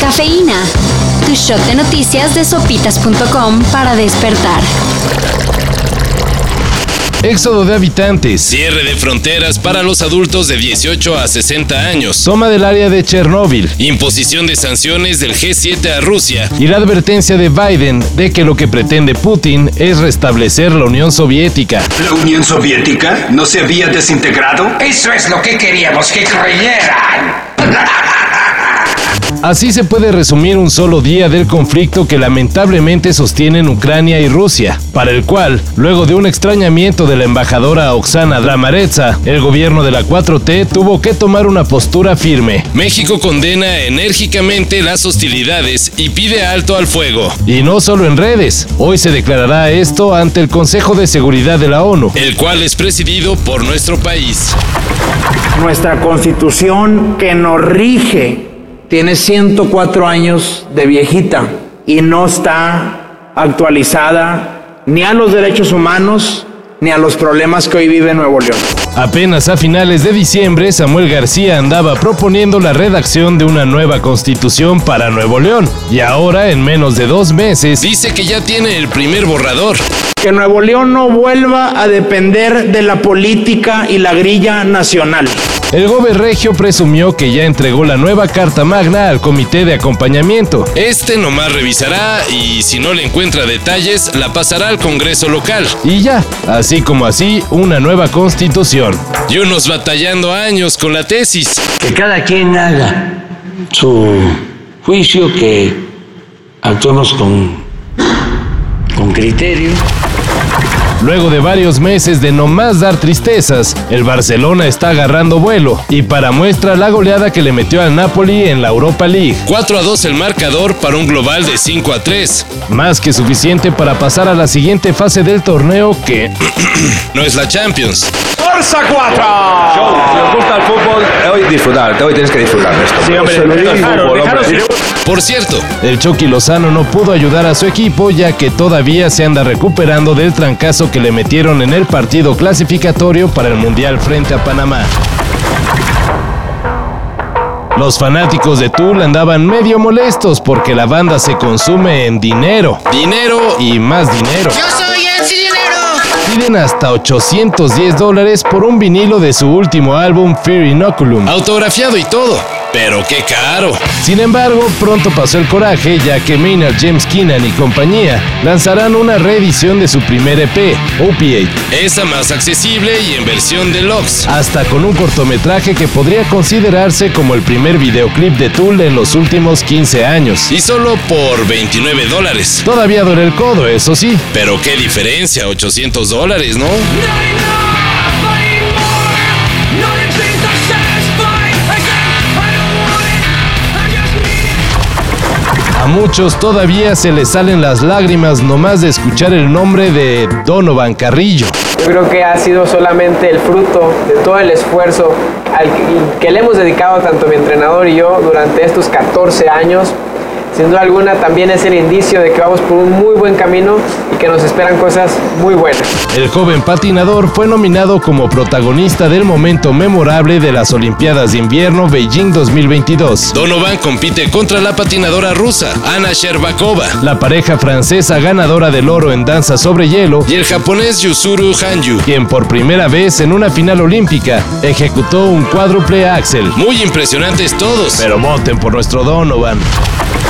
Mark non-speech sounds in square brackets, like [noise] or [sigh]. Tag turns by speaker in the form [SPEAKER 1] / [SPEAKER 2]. [SPEAKER 1] Cafeína. Tu shot de noticias de sopitas.com para despertar.
[SPEAKER 2] Éxodo de habitantes.
[SPEAKER 3] Cierre de fronteras para los adultos de 18 a 60 años.
[SPEAKER 2] Toma del área de Chernóbil.
[SPEAKER 3] Imposición de sanciones del G7 a Rusia.
[SPEAKER 2] Y la advertencia de Biden de que lo que pretende Putin es restablecer la Unión Soviética.
[SPEAKER 4] ¿La Unión Soviética no se había desintegrado?
[SPEAKER 5] Eso es lo que queríamos que creyeran.
[SPEAKER 2] Así se puede resumir un solo día del conflicto que lamentablemente sostienen Ucrania y Rusia, para el cual, luego de un extrañamiento de la embajadora Oksana Dramaretsa, el gobierno de la 4T tuvo que tomar una postura firme.
[SPEAKER 3] México condena enérgicamente las hostilidades y pide alto al fuego.
[SPEAKER 2] Y no solo en redes, hoy se declarará esto ante el Consejo de Seguridad de la ONU,
[SPEAKER 3] el cual es presidido por nuestro país.
[SPEAKER 6] Nuestra constitución que nos rige tiene 104 años de viejita y no está actualizada ni a los derechos humanos ni a los problemas que hoy vive Nuevo León.
[SPEAKER 2] Apenas a finales de diciembre, Samuel García andaba proponiendo la redacción de una nueva constitución para Nuevo León y ahora, en menos de dos meses,
[SPEAKER 3] dice que ya tiene el primer borrador.
[SPEAKER 6] Que Nuevo León no vuelva a depender de la política y la grilla nacional.
[SPEAKER 2] El gober regio presumió que ya entregó la nueva carta magna al comité de acompañamiento.
[SPEAKER 3] Este nomás revisará y si no le encuentra detalles la pasará al Congreso local.
[SPEAKER 2] Y ya, así como así, una nueva constitución.
[SPEAKER 3] Y unos batallando años con la tesis.
[SPEAKER 7] Que cada quien haga su juicio, que actuemos con, con criterio.
[SPEAKER 2] Luego de varios meses de no más dar tristezas, el Barcelona está agarrando vuelo y para muestra la goleada que le metió al Napoli en la Europa League.
[SPEAKER 3] 4 a 2 el marcador para un global de 5 a 3.
[SPEAKER 2] Más que suficiente para pasar a la siguiente fase del torneo que
[SPEAKER 3] [clears throat] no es la Champions.
[SPEAKER 8] ¡Forza 4! Show,
[SPEAKER 9] si os gusta el fútbol, hoy disfrutar, hoy tienes que disfrutar de esto.
[SPEAKER 8] Sí, hombre, no el dejaron, fútbol, dejaron, hombre.
[SPEAKER 3] Por cierto,
[SPEAKER 2] el Chucky Lozano no pudo ayudar a su equipo ya que todavía se anda recuperando del trancazo que le metieron en el partido clasificatorio para el Mundial frente a Panamá. Los fanáticos de Tool andaban medio molestos porque la banda se consume en dinero,
[SPEAKER 3] dinero
[SPEAKER 2] y más dinero.
[SPEAKER 10] Yo soy ese dinero.
[SPEAKER 2] Piden hasta 810 dólares por un vinilo de su último álbum Fear Inoculum.
[SPEAKER 3] Autografiado y todo. Pero qué caro.
[SPEAKER 2] Sin embargo, pronto pasó el coraje ya que Maynard James Keenan y compañía lanzarán una reedición de su primer EP, Opiate.
[SPEAKER 3] Esa más accesible y en versión deluxe.
[SPEAKER 2] Hasta con un cortometraje que podría considerarse como el primer videoclip de Tool en los últimos 15 años.
[SPEAKER 3] Y solo por 29 dólares.
[SPEAKER 2] Todavía duele el codo, eso sí.
[SPEAKER 3] Pero qué diferencia, 800 dólares, ¿no? no
[SPEAKER 2] A muchos todavía se les salen las lágrimas nomás de escuchar el nombre de Donovan Carrillo.
[SPEAKER 11] Yo creo que ha sido solamente el fruto de todo el esfuerzo al que, que le hemos dedicado tanto mi entrenador y yo durante estos 14 años. Sin duda alguna también es el indicio de que vamos por un muy buen camino y que nos esperan cosas muy buenas.
[SPEAKER 2] El joven patinador fue nominado como protagonista del momento memorable de las Olimpiadas de Invierno Beijing 2022.
[SPEAKER 3] Donovan compite contra la patinadora rusa Ana Sherbakova,
[SPEAKER 2] la pareja francesa ganadora del oro en danza sobre hielo
[SPEAKER 3] y el japonés Yusuru Hanyu,
[SPEAKER 2] quien por primera vez en una final olímpica ejecutó un cuádruple axel.
[SPEAKER 3] Muy impresionantes todos,
[SPEAKER 2] pero voten por nuestro Donovan.